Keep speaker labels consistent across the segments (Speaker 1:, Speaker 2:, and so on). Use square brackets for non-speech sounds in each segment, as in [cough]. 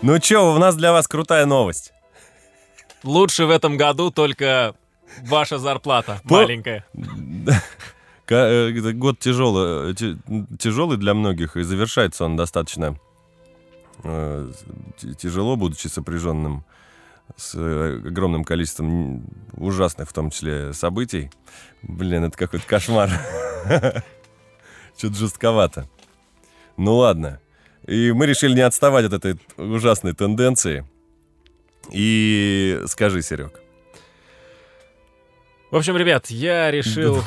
Speaker 1: Ну чё, у нас для вас крутая новость.
Speaker 2: Лучше в этом году только ваша зарплата
Speaker 1: По-
Speaker 2: маленькая.
Speaker 1: Ка- э, это Год тяжелый, тяжелый для многих, и завершается он достаточно э, т- тяжело, будучи сопряженным с э, огромным количеством н- ужасных, в том числе, событий. Блин, это какой-то кошмар. [laughs] Что-то жестковато. Ну ладно. И мы решили не отставать от этой ужасной тенденции. И скажи, Серег.
Speaker 2: В общем, ребят, я решил,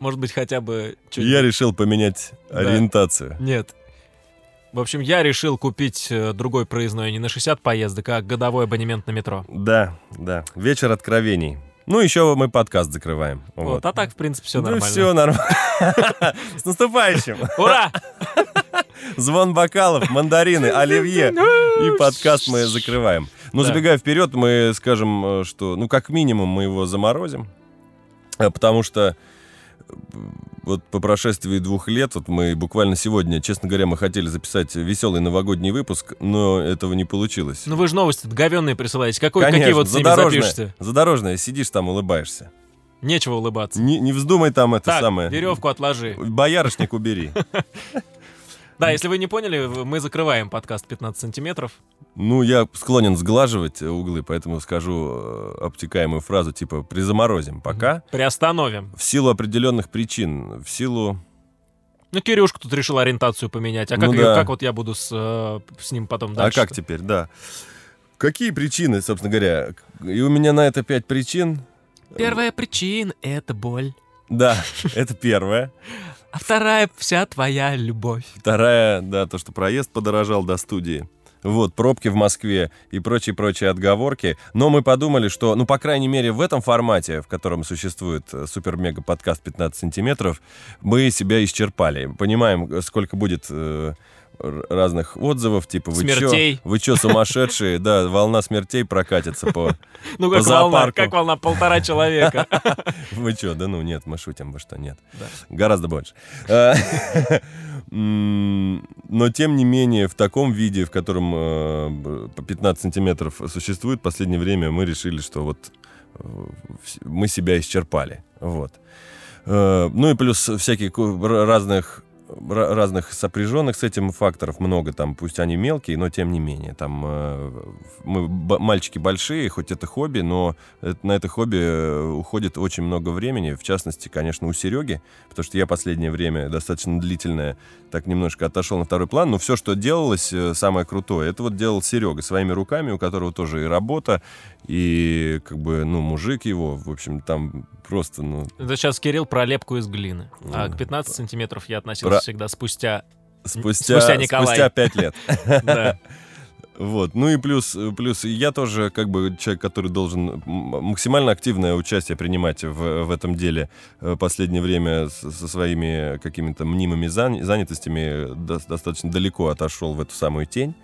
Speaker 2: может быть, хотя бы... чуть-
Speaker 1: Я решил поменять
Speaker 2: Да.
Speaker 1: ориентацию.
Speaker 2: Нет. В общем, я решил купить э, другой проездной не на 60 поездок, а годовой абонемент на метро.
Speaker 1: Да, да. Вечер откровений. Ну, еще мы подкаст закрываем.
Speaker 2: Вот. А так, в принципе, все
Speaker 1: ну,
Speaker 2: нормально.
Speaker 1: все нормально. [laughs] С наступающим!
Speaker 2: Ура!
Speaker 1: Звон бокалов,
Speaker 2: [laughs]
Speaker 1: мандарины, [laughs] оливье. И подкаст мы закрываем. Но
Speaker 2: Да.
Speaker 1: забегая вперед, мы скажем, э, что, ну, как минимум, мы его заморозим. Э, Потому что э, вот по прошествии двух лет, вот мы буквально сегодня, честно говоря, мы хотели записать веселый новогодний выпуск, но этого не получилось.
Speaker 2: Ну вы же новости говенные присылаете. Какой, какие
Speaker 1: Конечно,
Speaker 2: вот с ними
Speaker 1: задорожное.
Speaker 2: запишете?
Speaker 1: Задорожное, сидишь там, улыбаешься.
Speaker 2: Нечего улыбаться.
Speaker 1: Не, не вздумай там это
Speaker 2: так,
Speaker 1: самое.
Speaker 2: веревку отложи.
Speaker 1: Боярышник
Speaker 2: [laughs]
Speaker 1: убери.
Speaker 2: Да, если вы не поняли, в- мы закрываем подкаст 15 сантиметров.
Speaker 1: Ну, я склонен сглаживать э, углы, поэтому скажу э, обтекаемую фразу типа «призаморозим пока».
Speaker 2: Приостановим.
Speaker 1: В силу определенных причин, в силу...
Speaker 2: Ну, Кирюшка тут решил ориентацию поменять. А как,
Speaker 1: Ну
Speaker 2: её-
Speaker 1: да.
Speaker 2: как вот я буду с, э, с ним потом
Speaker 1: А
Speaker 2: дальше?
Speaker 1: как теперь, да. Какие причины, собственно говоря? И у меня на это пять причин.
Speaker 2: Первая причина — это боль. [laughs]
Speaker 1: Да, это первое.
Speaker 2: А вторая — вся твоя любовь.
Speaker 1: Вторая, да, то, что проезд подорожал до студии. Вот, пробки в Москве и прочие-прочие отговорки. Но мы подумали, что, ну, по крайней мере, в этом формате, в котором существует э, супер-мега-подкаст 15 сантиметров, мы себя исчерпали. Понимаем, э, сколько будет э, р- разных отзывов, типа, вы чё,
Speaker 2: Смертей.
Speaker 1: вы чё, сумасшедшие? Да, волна смертей прокатится по...
Speaker 2: Ну,
Speaker 1: По
Speaker 2: как волна,
Speaker 1: зоопарку.
Speaker 2: как волна
Speaker 1: [laughs]
Speaker 2: полтора человека.
Speaker 1: Вы чё, да ну нет, мы шутим, вы что, нет.
Speaker 2: Да.
Speaker 1: Гораздо больше. [laughs] Э, м, Но, тем не менее, в таком виде, в котором э, б- по 15 сантиметров существует, в последнее время мы решили, что вот э, вс- мы себя исчерпали. Вот. Э, Ну и плюс всяких разных ра- разных сопряженных с этим факторов много там, пусть они мелкие, но тем не менее. Там э, мы б- мальчики большие, хоть это хобби, но это- на это хобби э, уходит очень много времени, в частности, конечно, у Сереги, потому что я последнее время достаточно длительное так немножко отошел на второй план, но все, что делалось, э, самое крутое, это вот делал Серега своими руками, у которого тоже и работа, и как бы, ну, мужик его, в общем, там просто, ну,
Speaker 2: Это сейчас Кирилл про лепку из глины. А
Speaker 1: Ну,
Speaker 2: к 15 сантиметров я
Speaker 1: про-
Speaker 2: относился всегда
Speaker 1: [laughs]
Speaker 2: спустя.
Speaker 1: спустя,
Speaker 2: Спустя Николай.
Speaker 1: спустя пять лет.
Speaker 2: [laughs] Да.
Speaker 1: Вот. Ну и плюс, плюс я тоже как бы человек, который должен м- максимально активное участие принимать в, в этом деле э, последнее время с- со своими какими-то мнимыми зан- занятостями дос- достаточно далеко отошел в эту самую тень.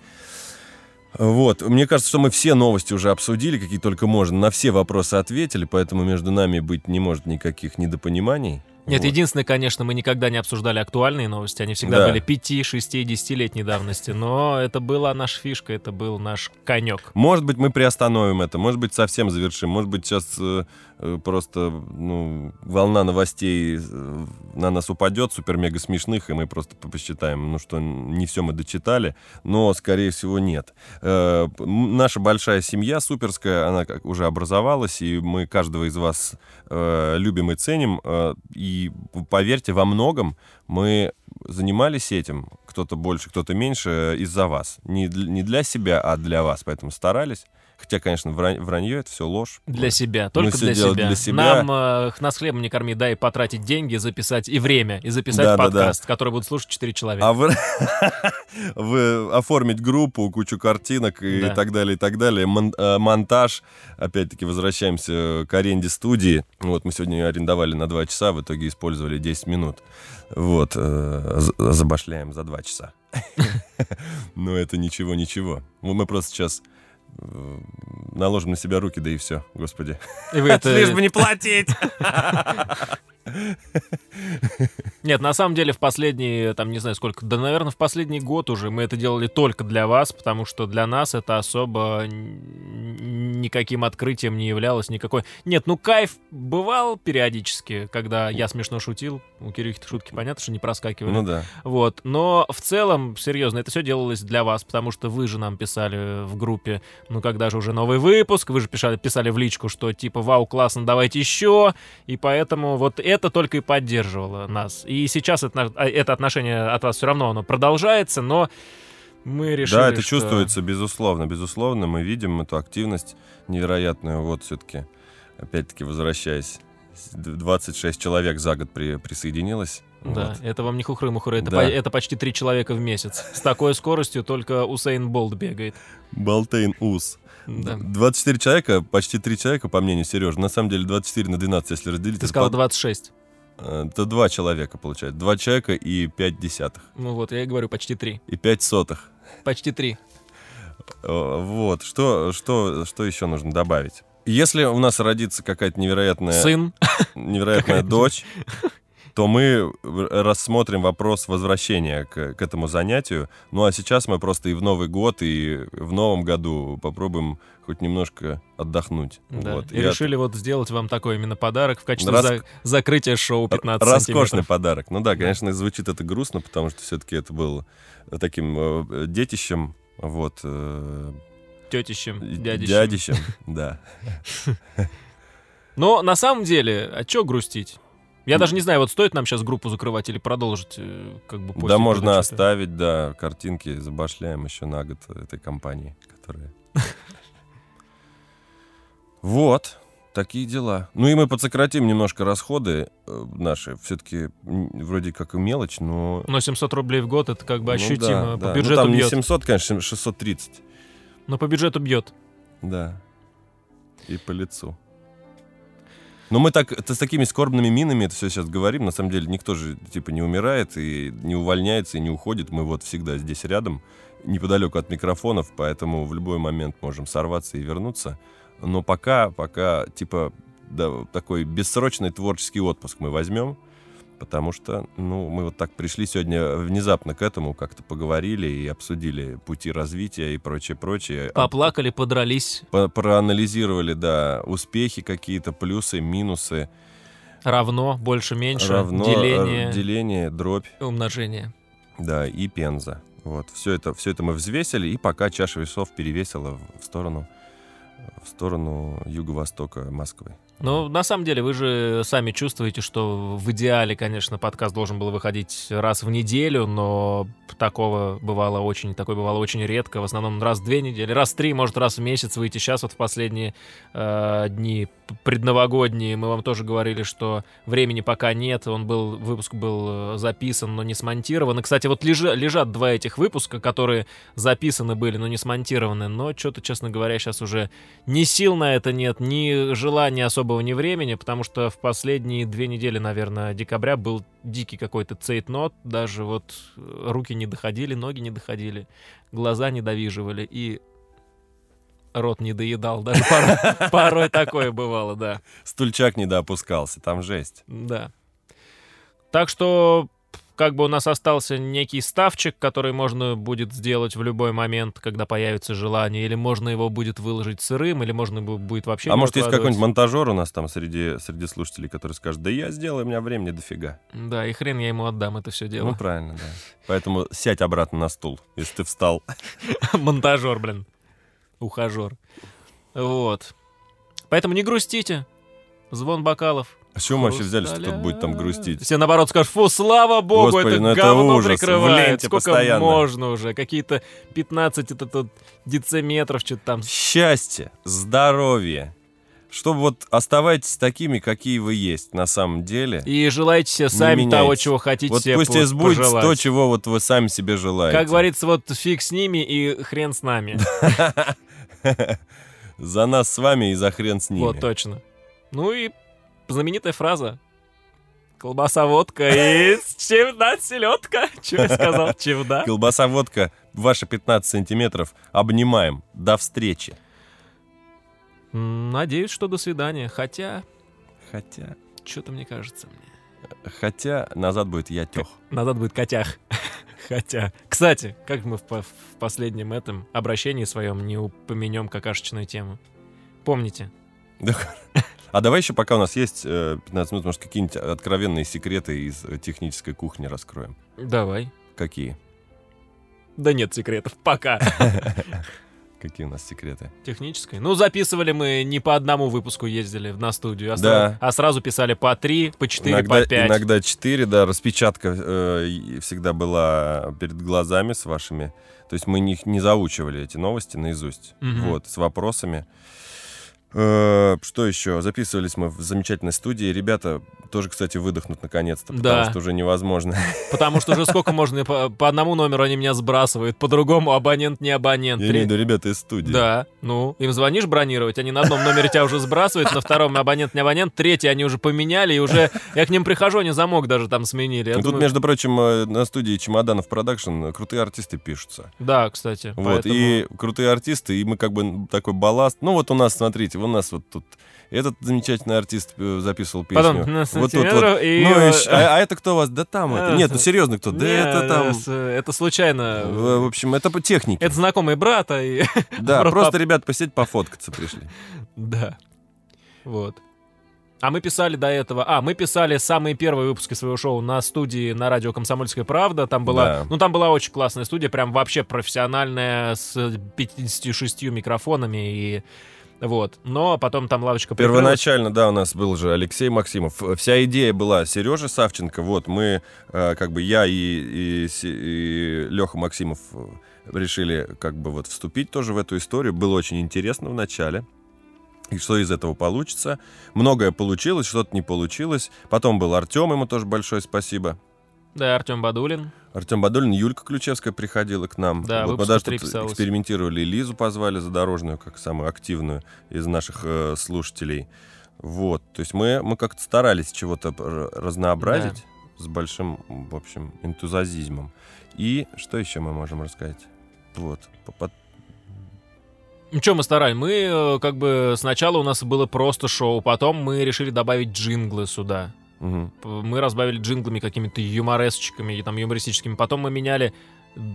Speaker 1: Вот, мне кажется, что мы все новости уже обсудили, какие только можно, на все вопросы ответили, поэтому между нами быть не может никаких недопониманий.
Speaker 2: Нет,
Speaker 1: Вот.
Speaker 2: единственное, конечно, мы никогда не обсуждали актуальные новости. Они всегда
Speaker 1: Да.
Speaker 2: были 5, 6, 10-летней давности. Но это была наша фишка, это был наш конек.
Speaker 1: Может быть, мы приостановим это, может быть, совсем завершим, может быть, сейчас э, э, просто ну, волна новостей э, на нас упадет, супер-мега смешных, и мы просто по- посчитаем, ну что, не все мы дочитали, но, скорее всего, нет. Э, м, наша большая семья суперская, она как уже образовалась, и мы каждого из вас э, любим и ценим, э, и поверьте, во многом мы занимались этим, кто-то больше, кто-то меньше, э, из-за вас. Не, дл- не для себя, а для вас, поэтому старались. Хотя, конечно, врань- вранье это все ложь.
Speaker 2: Для себя, только
Speaker 1: Ну, всё
Speaker 2: для
Speaker 1: делали
Speaker 2: себя.
Speaker 1: для себя.
Speaker 2: Нам э, нас хлебом не корми, да, и потратить деньги, записать и время, и записать
Speaker 1: Да-да-да.
Speaker 2: подкаст, который будут слушать 4 человека.
Speaker 1: А вы... [laughs] вы оформить группу, кучу картинок и
Speaker 2: Да.
Speaker 1: так далее, и так далее. Мон- э, монтаж. Опять-таки возвращаемся к аренде студии. Вот мы сегодня её арендовали на 2 часа, в итоге использовали 10 минут. Вот, э, за- забашляем за 2 часа. [laughs] Но это ничего-ничего. Ну, Мы просто сейчас э, А наложим на себя руки, да и все, господи.
Speaker 2: И вы это-
Speaker 1: не платить!
Speaker 2: Нет, на самом деле в последние, там, не знаю сколько, да, наверное, в последний год уже мы это делали только для вас, потому что для нас это особо н- никаким открытием не являлось никакой. Нет, ну кайф бывал периодически, когда я смешно шутил, у Кирюхи шутки понятно, что не проскакивали.
Speaker 1: Ну да.
Speaker 2: Вот. Но в целом, серьезно, это все делалось для вас, потому что вы же нам писали в группе, ну когда же уже новый выпуск, вы же писали, писали в личку, что типа вау, классно, давайте еще. И поэтому вот это только и поддерживало нас. И сейчас это, на- а, это отношение от вас все равно оно продолжается, но мы решили,
Speaker 1: да, это
Speaker 2: что-
Speaker 1: чувствуется, безусловно, безусловно. Мы видим эту активность невероятную. Вот все-таки, опять-таки, возвращаясь, с- 26 человек за год при- присоединилось.
Speaker 2: Да,
Speaker 1: Вот.
Speaker 2: это вам не хухры-мухры, это,
Speaker 1: Да.
Speaker 2: по- это почти три человека в месяц. С такой скоростью только Усейн Болт бегает.
Speaker 1: Болтейн ус.
Speaker 2: Да.
Speaker 1: 24 человека, почти 3 человека, по мнению Сережи. На самом деле 24 на 12, если разделить.
Speaker 2: Ты
Speaker 1: это
Speaker 2: сказал
Speaker 1: по-
Speaker 2: 26.
Speaker 1: э, Это 2 человека, получается. 2 человека и 5 десятых.
Speaker 2: Ну вот, я и говорю, почти три.
Speaker 1: И 5 сотых.
Speaker 2: Почти три.
Speaker 1: Э, Вот. Что, что, что еще нужно добавить? Если у нас родится какая-то невероятная...
Speaker 2: Сын.
Speaker 1: невероятная
Speaker 2: Какая-то.
Speaker 1: дочь, то мы рассмотрим вопрос возвращения к, к этому занятию. Ну а сейчас мы просто и в Новый год, и в Новом году попробуем хоть немножко отдохнуть.
Speaker 2: Да.
Speaker 1: Вот.
Speaker 2: И
Speaker 1: Я-
Speaker 2: решили вот сделать вам такой именно подарок в качестве
Speaker 1: Рас-
Speaker 2: за- закрытия шоу 15
Speaker 1: Роскошный
Speaker 2: сантиметров.
Speaker 1: подарок. Ну да, конечно, звучит это грустно, потому что все-таки это было таким э, детищем, вот, э,
Speaker 2: Тетищем, дядищем.
Speaker 1: дядищем, да.
Speaker 2: Но на самом деле, а чё грустить? Я даже не знаю, вот стоит нам сейчас группу закрывать или продолжить, э, как бы после
Speaker 1: Да, можно
Speaker 2: года что-то.
Speaker 1: оставить, да, картинки забашляем еще на год этой компании, которая... Вот, такие дела. Ну и мы подсократим немножко расходы э, наши. Все-таки вроде как и мелочь, но...
Speaker 2: Но 700 рублей в год это как
Speaker 1: ну
Speaker 2: бы
Speaker 1: да,
Speaker 2: ощутимо.
Speaker 1: да.
Speaker 2: по
Speaker 1: Ну,
Speaker 2: бюджету
Speaker 1: там не
Speaker 2: бьет.
Speaker 1: 700, конечно, 630.
Speaker 2: Но по бюджету бьет.
Speaker 1: Да. И по лицу. Но мы так, это с такими скорбными минами это все сейчас говорим. На самом деле никто же типа не умирает и не увольняется и не уходит. Мы вот всегда здесь рядом, неподалеку от микрофонов, поэтому в любой момент можем сорваться и вернуться. Но пока, пока типа да, такой бессрочный творческий отпуск мы возьмем, потому что ну мы вот так пришли сегодня внезапно к этому, как-то поговорили и обсудили пути развития и прочее, прочее. А
Speaker 2: Поплакали, подрались,
Speaker 1: по- проанализировали, да, успехи какие-то, плюсы, минусы,
Speaker 2: равно, больше, меньше,
Speaker 1: равно
Speaker 2: Ну деление,
Speaker 1: э, деление, дробь,
Speaker 2: умножение.
Speaker 1: да, и пенза. Вот, все это, все это мы взвесили, и пока чаша весов перевесила в- в сторону, в сторону юго-востока Москвы.
Speaker 2: Ну, на самом деле, вы же сами чувствуете, что в идеале, конечно, подкаст должен был выходить раз в неделю, но такого бывало очень, такое бывало очень редко. В основном раз в две недели, раз в три, может, раз в месяц выйти. Сейчас вот в последние э, дни п- предновогодние мы вам тоже говорили, что времени пока нет. Он был, выпуск был э, записан, но не смонтирован. И, кстати, вот лежа- лежат два этих выпуска, которые записаны были, но не смонтированы. Но что-то, честно говоря, сейчас уже ни сил на это нет, ни желания особого, ни времени, потому что в последние две недели, наверное, декабря был дикий какой-то цейтнот, даже вот э, руки не доходили, ноги не доходили, глаза не довиживали и рот не доедал, даже [laughs] порой, порой такое бывало, да,
Speaker 1: Стульчак недоопускался, там жесть.
Speaker 2: да. Так что как бы у нас остался некий ставчик, который можно будет сделать в любой момент, когда появится желание, или можно его будет выложить сырым, или можно бу- будет вообще...
Speaker 1: а
Speaker 2: не
Speaker 1: может есть
Speaker 2: выкладывать.
Speaker 1: какой-нибудь монтажер у нас там среди, среди слушателей, который скажет, да я сделаю, у меня времени дофига.
Speaker 2: Да, и хрен я ему отдам это все
Speaker 1: Ну
Speaker 2: [laughs] дело.
Speaker 1: правильно, да. Поэтому сядь обратно на стул, если ты
Speaker 2: [laughs]
Speaker 1: встал.
Speaker 2: Монтажер, блин. Ухажер. Вот. Поэтому не грустите. Звон бокалов.
Speaker 1: А с чего мы вообще взяли, что кто-то будет там
Speaker 2: Хрусталя.
Speaker 1: грустить?
Speaker 2: Все наоборот скажут, фу, слава богу,
Speaker 1: Господи,
Speaker 2: это
Speaker 1: ну это
Speaker 2: говно
Speaker 1: ужас, в
Speaker 2: прикрывает.
Speaker 1: ленте
Speaker 2: Сколько
Speaker 1: постоянно».
Speaker 2: можно уже? Какие-то 15 это, тут дециметров, что-то там.
Speaker 1: счастья, здоровья. Чтобы вот оставайтесь такими, какие вы есть на самом деле.
Speaker 2: И желайте себе сами
Speaker 1: меняйте.
Speaker 2: того, чего хотите
Speaker 1: вот
Speaker 2: себе
Speaker 1: пусть
Speaker 2: по-
Speaker 1: и сбудется
Speaker 2: пожелать.
Speaker 1: то, чего вот вы сами себе желаете.
Speaker 2: Как говорится, вот фиг с ними и хрен с нами.
Speaker 1: [laughs] За нас с вами и за хрен с ними.
Speaker 2: Вот точно. Ну и знаменитая фраза. Колбаса, водка и [laughs] чевда, селедка. [laughs] Чего
Speaker 1: [laughs]
Speaker 2: я сказал? Чевда.
Speaker 1: Колбаса, водка, ваши 15 сантиметров. Обнимаем. До встречи.
Speaker 2: М, Надеюсь, что до свидания. Хотя,
Speaker 1: Хотя...
Speaker 2: что-то мне кажется мне.
Speaker 1: Хотя назад будет я тех.
Speaker 2: Назад будет котях. [laughs] Хотя. Кстати, как мы в, по- в последнем этом обращении своем не упомянем какашечную тему? Помните?
Speaker 1: А давай еще, пока у нас есть э, 15 минут, может, какие-нибудь откровенные секреты из э, технической кухни раскроем.
Speaker 2: Давай.
Speaker 1: Какие?
Speaker 2: Да нет секретов, пока. [laughs]
Speaker 1: Какие у нас секреты?
Speaker 2: Технической. Ну, записывали мы не по одному выпуску ездили на студию, а,
Speaker 1: Да.
Speaker 2: сра- а сразу писали по три, по четыре,
Speaker 1: иногда,
Speaker 2: по пять.
Speaker 1: иногда 4, да, распечатка э, и всегда была перед глазами с вашими. То есть мы не, не заучивали эти новости наизусть.
Speaker 2: Мгм.
Speaker 1: Вот, с вопросами. Э, что еще? Записывались мы в замечательной студии. Ребята тоже, кстати, выдохнут наконец-то, потому
Speaker 2: Да.
Speaker 1: что уже невозможно.
Speaker 2: Потому что уже сколько можно, по, по одному номеру они меня сбрасывают, по другому абонент не абонент.
Speaker 1: Я
Speaker 2: Три-
Speaker 1: имею в виду ребята из студии.
Speaker 2: Да, ну, им звонишь бронировать, они на одном номере тебя уже сбрасывают, на втором абонент не абонент, третий они уже поменяли, и уже я к ним прихожу, они замок даже там сменили. Я
Speaker 1: Ну, Тут,
Speaker 2: думаю,
Speaker 1: между прочим, э, на студии Чемоданов Продакшн э, крутые артисты пишутся.
Speaker 2: Да, кстати.
Speaker 1: Вот,
Speaker 2: поэтому-
Speaker 1: и крутые артисты, и мы как бы такой балласт. Ну, вот у нас, смотрите, у нас вот тут этот замечательный артист э, записывал песню.
Speaker 2: Потом на
Speaker 1: вот тут
Speaker 2: сантиметров
Speaker 1: вот.
Speaker 2: и-
Speaker 1: Ну, и щ- а, а это кто у вас? Да там это. Нет, ну серьезно кто? Да
Speaker 2: Не,
Speaker 1: это там...
Speaker 2: э, с- Это случайно.
Speaker 1: В в общем, это по технике.
Speaker 2: Это знакомые брата, и...
Speaker 1: Да,
Speaker 2: просто-
Speaker 1: просто, ребят, посидеть, пофоткаться пришли.
Speaker 2: Да. Вот. А мы писали до этого... А, мы писали самые первые выпуски своего шоу на студии на радио «Комсомольская правда». Там была...
Speaker 1: Да.
Speaker 2: Ну, там была очень классная студия, прям вообще профессиональная, с 56 микрофонами и... Вот. Но потом там лавочка прикрылась.
Speaker 1: Первоначально, да, у нас был же Алексей Максимов. Вся идея была Сережа Савченко. Вот мы, э, как бы я и, Леха Максимов э, решили как бы вот вступить тоже в эту историю. Было очень интересно в начале. И что из этого получится. Многое получилось, что-то не получилось. Потом был Артем, ему тоже большое спасибо.
Speaker 2: Да, Артем Бадулин.
Speaker 1: Артем Бадулин, Юлька Ключевская приходила к нам.
Speaker 2: Да,
Speaker 1: вот мы
Speaker 2: выпуск
Speaker 1: даже
Speaker 2: три
Speaker 1: тут
Speaker 2: писалось.
Speaker 1: экспериментировали. И Лизу позвали задорожную, как самую активную из наших э, слушателей. Вот, то есть мы, мы как-то старались чего-то р- разнообразить с большим, в общем, энтузиазмом. И что еще мы можем рассказать? Вот, по- по-
Speaker 2: Ну, чё мы старались? Мы, э, как бы, сначала у нас было просто шоу, потом мы решили добавить джинглы сюда.
Speaker 1: мгм.
Speaker 2: П- мы разбавили джинглами какими-то юморесочками и там юмористическими. Потом мы меняли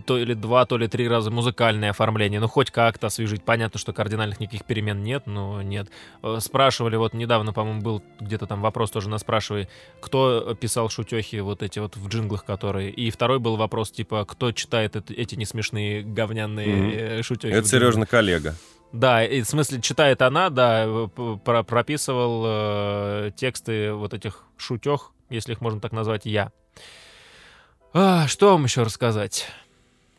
Speaker 2: то или два, то ли три раза музыкальное оформление. Ну, хоть как-то освежить. Понятно, что кардинальных никаких перемен нет, но нет. Э, Спрашивали, вот недавно, по-моему, был где-то там вопрос тоже на спрашивай, кто писал шутехи вот эти вот в джинглах, которые. И второй был вопрос, типа, кто читает эт- эти несмешные
Speaker 1: Мгм.
Speaker 2: говняные э, шутехи.
Speaker 1: Это
Speaker 2: в джинглах.
Speaker 1: Сережина коллега.
Speaker 2: Да, и, в смысле, читает она, да, э, п- про- прописывал э, тексты вот этих шутех, если их можно так назвать, я. А, что вам еще рассказать?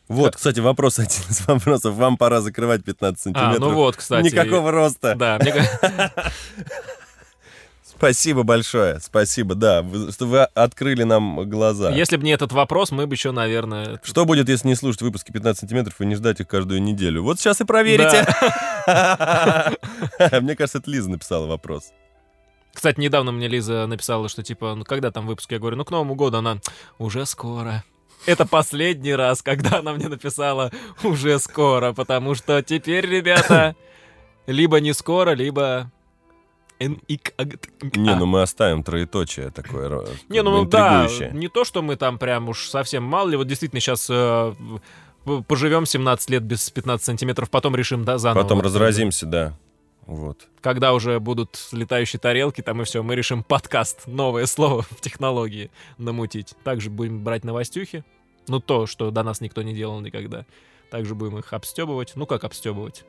Speaker 1: Вот, кстати, вопрос один из вопросов. Вам пора закрывать 15
Speaker 2: А,
Speaker 1: сантиметров.
Speaker 2: ну вот, кстати.
Speaker 1: Никакого роста.
Speaker 2: Да, мне ка-
Speaker 1: Спасибо большое, спасибо, да, вы- что вы открыли нам глаза.
Speaker 2: если бы не этот вопрос, мы бы еще, наверное...
Speaker 1: Что будет, если не слушать выпуски 15 сантиметров и не ждать их каждую неделю? Вот сейчас и проверите. [laughs] Мне кажется, это Лиза написала вопрос.
Speaker 2: Кстати, недавно мне Лиза написала, что типа, ну когда там выпуск? Я говорю, ну к Новому году она уже скоро. Это последний раз, когда она мне написала уже скоро, потому что теперь, ребята, либо не скоро, либо... а
Speaker 1: Не, ну мы оставим троеточие такое ро-
Speaker 2: Не,
Speaker 1: как бы
Speaker 2: ну да,
Speaker 1: интригующее.
Speaker 2: не то, что мы там прям уж совсем мало ли, вот действительно э, сейчас поживем 17 лет без 15 сантиметров, потом решим, да, заново.
Speaker 1: Потом
Speaker 2: ну Вот,
Speaker 1: разразимся, да. Вот.
Speaker 2: Когда уже будут летающие тарелки, там и все, мы решим подкаст, новое слово в технологии намутить. Также будем брать новостюхи, ну то, что до нас никто не делал никогда. Также будем их обстебывать, ну как обстебывать?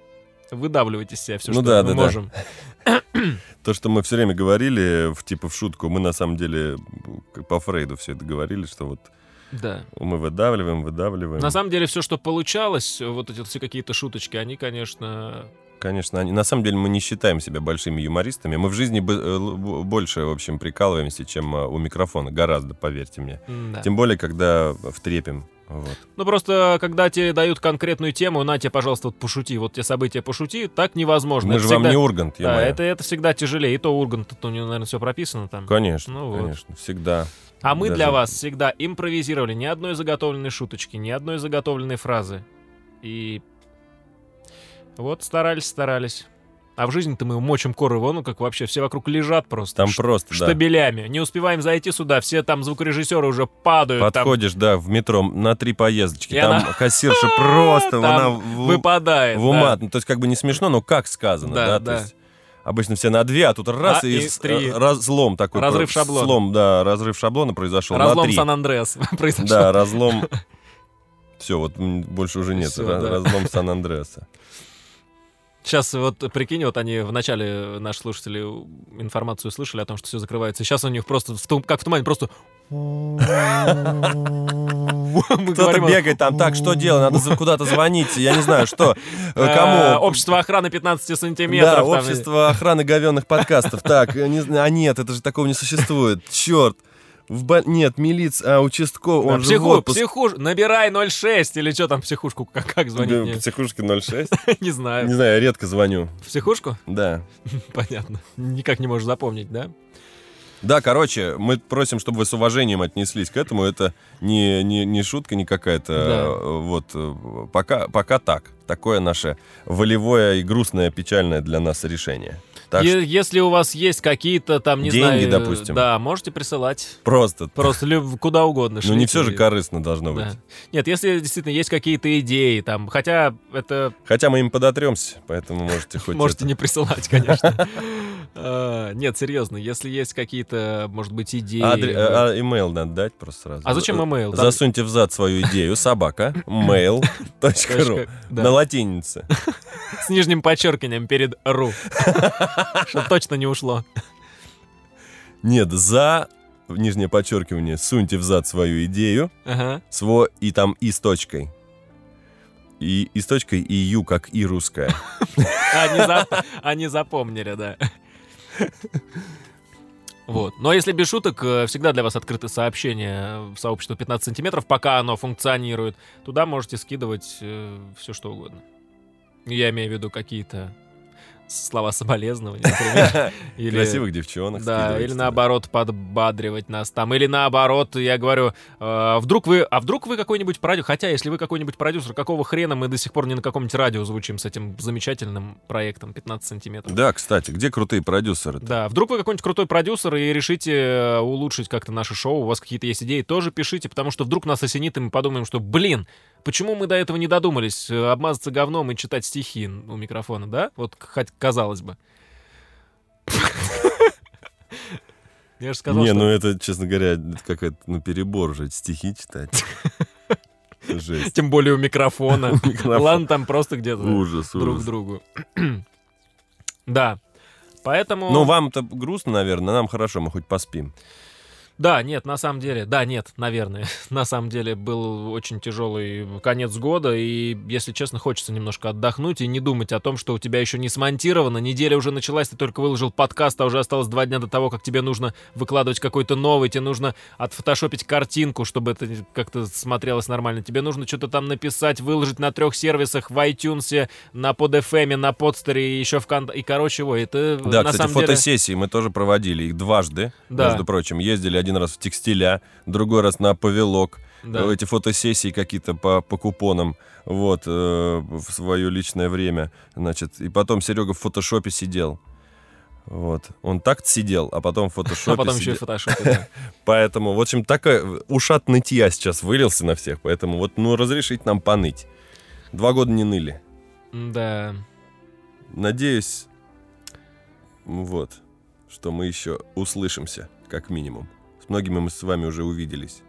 Speaker 2: Выдавливать из себя все,
Speaker 1: Ну да,
Speaker 2: что мы
Speaker 1: да, да.
Speaker 2: можем.
Speaker 1: То, что мы все время говорили, в, типа в шутку, мы на самом деле как по Фрейду все это говорили, что вот
Speaker 2: да.
Speaker 1: мы выдавливаем, выдавливаем.
Speaker 2: На самом деле все, что получалось, вот эти вот все какие-то шуточки, они, конечно,
Speaker 1: Конечно, они- на самом деле мы не считаем себя большими юмористами. Мы в жизни бы- э, л- б- больше, в общем, прикалываемся, чем э, у микрофона. Гораздо, поверьте мне.
Speaker 2: м-да.
Speaker 1: Тем более, когда в трепем. Вот.
Speaker 2: Ну просто, когда тебе дают конкретную тему, на тебе, пожалуйста, вот пошути, вот те события пошути, так невозможно.
Speaker 1: Мы
Speaker 2: Это
Speaker 1: же
Speaker 2: всегда-
Speaker 1: вам не Ургант,
Speaker 2: Да,
Speaker 1: е-мое.
Speaker 2: это, это всегда тяжелее. И то Ургант, тут у него, наверное, все прописано там.
Speaker 1: Конечно,
Speaker 2: Ну вот.
Speaker 1: конечно, всегда.
Speaker 2: А мы
Speaker 1: Даже-
Speaker 2: для вас всегда импровизировали ни одной заготовленной шуточки, ни одной заготовленной фразы. И вот старались, старались. А в жизни-то мы мочим коры вон, ну, как вообще все вокруг лежат просто.
Speaker 1: Там
Speaker 2: ш-
Speaker 1: просто, да.
Speaker 2: Штабелями. Не успеваем зайти сюда, все там звукорежиссеры уже падают. э, там
Speaker 1: Подходишь, да, в метро на три поездочки.
Speaker 2: И
Speaker 1: там
Speaker 2: она-
Speaker 1: [laughs] кассирша просто,
Speaker 2: Там
Speaker 1: она в,
Speaker 2: выпадает.
Speaker 1: в ума. Ну, то есть как бы не смешно, но как сказано,
Speaker 2: Да,
Speaker 1: да?
Speaker 2: да.
Speaker 1: То есть обычно все на две, а тут раз
Speaker 2: А,
Speaker 1: и,
Speaker 2: и
Speaker 1: с-
Speaker 2: три.
Speaker 1: э, разлом такой.
Speaker 2: Разрыв
Speaker 1: про-
Speaker 2: шаблона.
Speaker 1: Слом, да, разрыв шаблона произошел
Speaker 2: да. Разлом
Speaker 1: на три.
Speaker 2: Сан-Андреас [laughs] произошел.
Speaker 1: Да, разлом. Все, вот м, больше уже нет.
Speaker 2: Всё,
Speaker 1: Ра-
Speaker 2: да.
Speaker 1: Разлом
Speaker 2: [laughs]
Speaker 1: Сан-Андреаса.
Speaker 2: Сейчас вот прикинь, вот они в начале э, наши слушатели информацию слышали о том, что все закрывается. Сейчас у них просто в тум- как в тумане просто. [laughs] Мы
Speaker 1: Кто-то
Speaker 2: говорим о-
Speaker 1: бегает там, так, что делать? Надо за- куда-то звонить, я не знаю,
Speaker 2: [laughs]
Speaker 1: что. э,
Speaker 2: Э,
Speaker 1: Кому?
Speaker 2: Общество охраны 15 сантиметров.
Speaker 1: Да,
Speaker 2: там.
Speaker 1: общество охраны говенных подкастов. Так, э, не зн- а нет, это же такого не существует. Черт. В бо- Нет, милиция, а участковый,
Speaker 2: Да,
Speaker 1: он же в
Speaker 2: психу-
Speaker 1: отпуск.
Speaker 2: психуш- Набирай 06 или что там в психушку, как, как звонить?
Speaker 1: Психушки 06.
Speaker 2: [laughs] Не, не знаю.
Speaker 1: Не знаю, я редко звоню.
Speaker 2: В психушку? [laughs]
Speaker 1: Да.
Speaker 2: Понятно. Никак не можешь запомнить, да?
Speaker 1: Да, короче, мы просим, чтобы вы с уважением отнеслись к этому. Это не, не, не шутка, не какая-то.
Speaker 2: Да.
Speaker 1: э, Вот э, пока, пока так. Такое наше волевое и грустное, печальное для нас решение. Так
Speaker 2: Е-
Speaker 1: что
Speaker 2: Если у вас есть какие-то там, не знаю...
Speaker 1: Деньги,
Speaker 2: э,
Speaker 1: допустим.
Speaker 2: Да, можете присылать.
Speaker 1: просто.
Speaker 2: Просто люб- куда угодно.
Speaker 1: Ну не
Speaker 2: шлите.
Speaker 1: все же корыстно должно быть.
Speaker 2: Да. Нет, если действительно есть какие-то идеи там, хотя это
Speaker 1: Хотя мы им подотремся, поэтому можете хоть.
Speaker 2: можете
Speaker 1: это.
Speaker 2: не присылать, [laughs] конечно. Э, Нет, серьезно, если есть какие-то, может быть, идеи...
Speaker 1: Адре- а- э, а имейл надо дать просто сразу.
Speaker 2: А зачем email? Там-
Speaker 1: Засуньте в зад свою идею, собака,
Speaker 2: [laughs]
Speaker 1: mail.ru
Speaker 2: Точка, да.
Speaker 1: на латинице.
Speaker 2: С нижним подчеркиванием перед ру. Чтоб точно не ушло.
Speaker 1: Нет, за, в нижнее подчеркивание, суньте в зад свою идею,
Speaker 2: Ага.
Speaker 1: сво и там и с точкой. И, и с точкой и ю, как и русская.
Speaker 2: А, Они, зап- они запомнили, да. Вот. Но если без шуток, э, всегда для вас открыты сообщения в сообщество 15 сантиметров, пока оно функционирует. Туда можете скидывать все, что угодно. Я имею в виду какие-то слова соболезнования,
Speaker 1: [laughs]
Speaker 2: например. [laughs] Или-
Speaker 1: Красивых девчонок.
Speaker 2: да,
Speaker 1: скидывайте
Speaker 2: или
Speaker 1: туда.
Speaker 2: наоборот подбадривать нас там, или наоборот, я говорю, э, вдруг вы, а вдруг вы какой-нибудь продюсер, хотя если вы какой-нибудь продюсер, какого хрена мы до сих пор не на каком-нибудь радио звучим с этим замечательным проектом 15 сантиметров.
Speaker 1: Да, кстати, где крутые продюсеры?
Speaker 2: Да, вдруг вы какой-нибудь крутой продюсер и решите э, улучшить как-то наше шоу, у вас какие-то есть идеи, тоже пишите, потому что вдруг нас осенит, и мы подумаем, что, блин, почему мы до этого не додумались э, обмазаться говном и читать стихи у микрофона, да? Вот, к- хоть казалось бы. [laughs] Я же сказал,
Speaker 1: не,
Speaker 2: что...
Speaker 1: ну это, честно говоря, это какая-то ну, перебор уже, стихи
Speaker 2: [laughs]
Speaker 1: читать. Жесть.
Speaker 2: [laughs] Тем более
Speaker 1: [laughs]
Speaker 2: у микрофона.
Speaker 1: Микрофон.
Speaker 2: Ладно, там просто где-то
Speaker 1: Ужас,
Speaker 2: друг
Speaker 1: ужас.
Speaker 2: к другу. [clears throat] Да. Поэтому...
Speaker 1: Ну, вам-то грустно, наверное, нам хорошо, мы хоть поспим.
Speaker 2: Да, нет, на самом деле, да, нет, наверное. [laughs] На самом деле был очень тяжелый конец года, и, если честно, хочется немножко отдохнуть и не думать о том, что у тебя еще не смонтировано, неделя уже началась, ты только выложил подкаст, а уже осталось два дня до того, как тебе нужно выкладывать какой-то новый, тебе нужно отфотошопить картинку, чтобы это как-то смотрелось нормально, тебе нужно что-то там написать, выложить на трех сервисах, в iTunes, на PodFM, на подстере и еще в кон... И, короче, ой, это
Speaker 1: Да,
Speaker 2: Ну, на
Speaker 1: кстати,
Speaker 2: самом деле...
Speaker 1: фотосессии мы тоже проводили их дважды,
Speaker 2: Да.
Speaker 1: между прочим. Ездили один раз в текстиля, другой раз на повелок.
Speaker 2: Да.
Speaker 1: Эти фотосессии какие-то по, по купонам, вот, э, в свое личное время, значит. И потом Серега в фотошопе сидел. Вот. Он так сидел, а потом
Speaker 2: [laughs]
Speaker 1: в фотошопе
Speaker 2: А потом еще
Speaker 1: сидел.
Speaker 2: и фотошоп. да.
Speaker 1: [laughs] Поэтому, в общем, такой ушат нытья сейчас вылился на всех. Поэтому вот, ну, разрешить нам поныть. Два года не ныли.
Speaker 2: Да.
Speaker 1: Надеюсь, м, вот, что мы еще услышимся, как минимум. С многими мы с вами уже увиделись.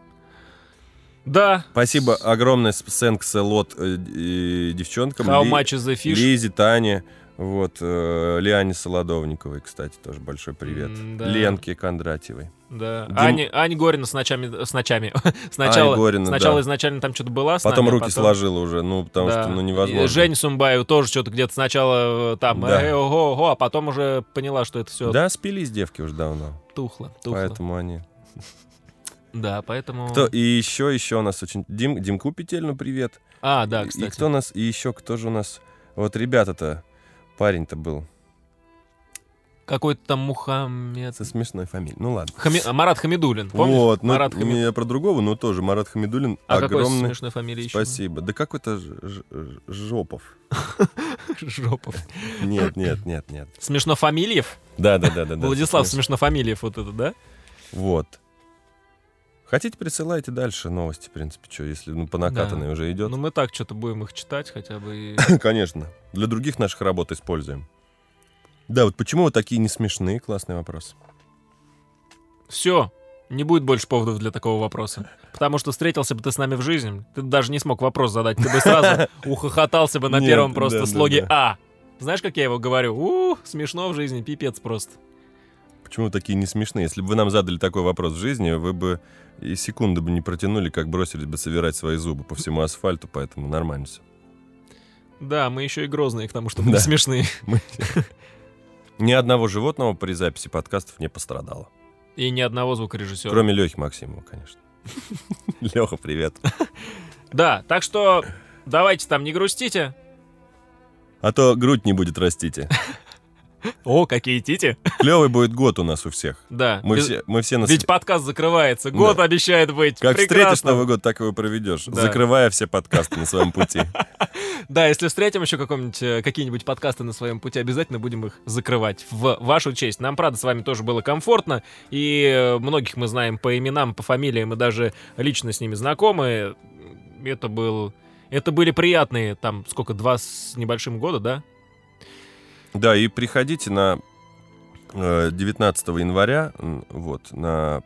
Speaker 2: Да.
Speaker 1: Спасибо огромное с- Сэнкс э, Лот э, и девчонкам.
Speaker 2: How
Speaker 1: Ли-
Speaker 2: much is the fish?
Speaker 1: Лизе, Тане, вот, э, Лиане Солодовниковой, кстати, тоже большой привет.
Speaker 2: М-да.
Speaker 1: Ленке Кондратьевой.
Speaker 2: Да.
Speaker 1: Дим-
Speaker 2: Аня, Аня Горина с ночами... С ночами. [laughs] сначала,
Speaker 1: Аня Горина,
Speaker 2: сначала
Speaker 1: да.
Speaker 2: изначально там что-то была с
Speaker 1: Потом
Speaker 2: нами,
Speaker 1: руки сложила уже, ну, потому
Speaker 2: да.
Speaker 1: что, ну,
Speaker 2: И
Speaker 1: невозможно.
Speaker 2: Жень Сумбаев тоже что-то где-то сначала э, там...
Speaker 1: Да.
Speaker 2: э, ого, ого, а потом уже поняла, что это все
Speaker 1: Да, спились девки уже давно.
Speaker 2: тухло. тухло.
Speaker 1: Поэтому они...
Speaker 2: Да, поэтому...
Speaker 1: Кто, и еще, еще у нас очень... Дим, Димку Петельну привет.
Speaker 2: А, да,
Speaker 1: И-
Speaker 2: кстати.
Speaker 1: И кто нас, и еще кто же у нас, вот ребята-то, парень-то был
Speaker 2: Какой-то там Мухаммед...
Speaker 1: со смешной фамилией. Ну ладно.
Speaker 2: Хами- а, Марат Хамидулин, помнишь?
Speaker 1: Вот, ну,
Speaker 2: Марат Хамид-
Speaker 1: не про другого, но тоже Марат Хамидулин
Speaker 2: А какой
Speaker 1: огромный.
Speaker 2: смешной фамилии еще?
Speaker 1: Спасибо. Да какой-то ж- ж- ж- Жопов.
Speaker 2: [laughs] Жопов.
Speaker 1: Нет, нет, нет, нет.
Speaker 2: Смешно фамильев?
Speaker 1: Да, да, да, да. да.
Speaker 2: Владислав
Speaker 1: Конечно.
Speaker 2: Смешно фамильев вот это, да?
Speaker 1: Вот. Хотите, присылайте дальше новости, в принципе, что, если ну, по накатанной уже идет.
Speaker 2: Ну мы так что-то будем их читать хотя бы. и-
Speaker 1: [laughs] Конечно. Для других наших работ используем. Да, вот почему вы такие не смешные? Классный вопрос.
Speaker 2: Все. Не будет больше поводов для такого вопроса. Потому что встретился бы ты с нами в жизни, ты бы даже не смог вопрос задать. Ты
Speaker 1: [laughs]
Speaker 2: бы сразу ухохотался бы на
Speaker 1: Нет,
Speaker 2: первом
Speaker 1: да,
Speaker 2: просто
Speaker 1: да,
Speaker 2: слоге А. Знаешь, как я его говорю? У, смешно в жизни, пипец просто.
Speaker 1: Почему вы такие не смешные? Если бы вы нам задали такой вопрос в жизни, вы бы и секунды бы не протянули, как бросились бы собирать свои зубы по всему асфальту, поэтому нормально все.
Speaker 2: Да, мы еще и грозные, к тому, что мы
Speaker 1: Да.
Speaker 2: смешные.
Speaker 1: Ни одного животного при записи подкастов не пострадало.
Speaker 2: И ни одного звукорежиссера.
Speaker 1: Кроме Лехи Максимова, конечно. [laughs] Леха, привет.
Speaker 2: Да, так что давайте там не грустите.
Speaker 1: А то грудь не будет растите.
Speaker 2: О, какие тити.
Speaker 1: Клевый будет год у нас у всех.
Speaker 2: Да.
Speaker 1: Мы
Speaker 2: Без-
Speaker 1: все, мы все на
Speaker 2: Ведь
Speaker 1: себе-
Speaker 2: подкаст закрывается. Год
Speaker 1: Да.
Speaker 2: обещает быть.
Speaker 1: Как встретишь
Speaker 2: Прекрасно.
Speaker 1: Новый год, так его проведешь,
Speaker 2: Да.
Speaker 1: закрывая все подкасты на своем
Speaker 2: [laughs]
Speaker 1: пути.
Speaker 2: Да, если встретим еще каком-нибудь, э, какие-нибудь подкасты на своем пути, обязательно будем их закрывать. В вашу честь. Нам, правда, с вами тоже было комфортно. И э, многих мы знаем по именам, по фамилиям, и даже лично с ними знакомы. Это был... Это были приятные, там, сколько, два с небольшим года, да?
Speaker 1: Да, и приходите на э, 19 января, м, вот, на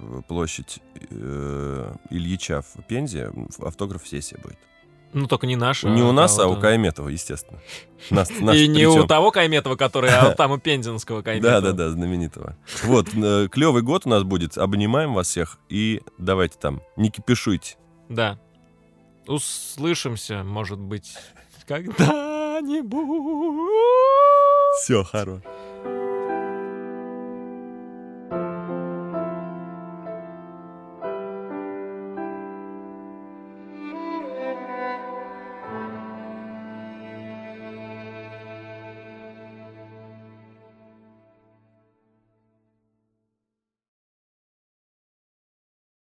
Speaker 1: э, площадь э, Ильича в Пензе, м, в- автограф-сессия будет.
Speaker 2: Ну, только не наши.
Speaker 1: Не у нас, а у
Speaker 2: кого-то.
Speaker 1: Кайметова, естественно.
Speaker 2: [laughs]
Speaker 1: Нас, нас
Speaker 2: И не у
Speaker 1: причем.
Speaker 2: того Кайметова, который, а там
Speaker 1: [laughs]
Speaker 2: у Пензенского Кайметова.
Speaker 1: Да-да-да, знаменитого. Вот, клевый год у нас будет. Обнимаем вас всех и давайте там, не кипишуйте.
Speaker 2: Да. Услышимся, может быть, когда-нибудь.
Speaker 1: Все, хорошо.